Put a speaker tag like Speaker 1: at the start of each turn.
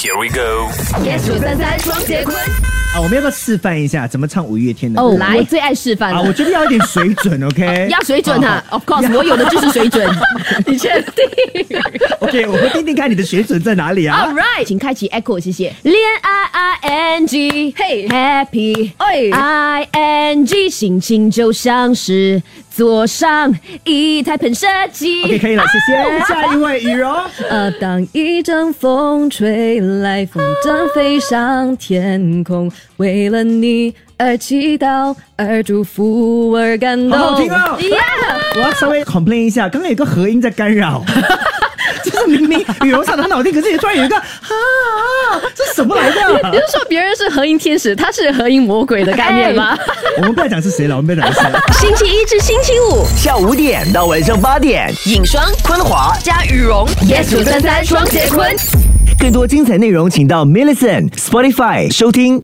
Speaker 1: Here we go。
Speaker 2: yes 九三三双节棍
Speaker 3: 啊，我们要不要示范一下怎么唱五月天的歌？
Speaker 2: 哦，我最爱示范
Speaker 3: 啊，
Speaker 2: 了
Speaker 3: 我，觉得要一点水准 ，OK？
Speaker 2: 要水准啊！Of course，我 有的就是水准。你确定
Speaker 3: OK，我们听听看你的水准在哪里啊
Speaker 4: 哦
Speaker 2: ？All right，请开启 echo，谢谢。恋爱 i n g
Speaker 4: 嘿
Speaker 2: happy
Speaker 4: 哎
Speaker 2: i n g，心情就像是坐上一台喷射机。
Speaker 3: ？OK，可以了，谢谢。下一位，雨柔。
Speaker 4: 啊，当一阵风吹来，风筝飞上天空，为了你而祈祷，而祝福，而感动。
Speaker 3: 好好听哦
Speaker 4: Yeah！
Speaker 3: 我要稍微 complain 一下，刚刚有一个和音在干扰， 就是明明羽柔唱的很好听，可是也突然有一个啊，这是什么来
Speaker 4: 你
Speaker 3: 的？
Speaker 4: 是说别人是合音天使，他是合音魔鬼的概
Speaker 2: 哎
Speaker 4: 念 吗？
Speaker 3: 我们不要讲是谁了，我们不要讲是谁了。
Speaker 5: 星期一至星期五，
Speaker 6: 下午五点到晚上八点，
Speaker 5: 影双
Speaker 6: 昆华。
Speaker 5: 加羽绒。
Speaker 2: yes 九三三双节棍。
Speaker 6: 更多精彩内容，请到 Millison Spotify 收听。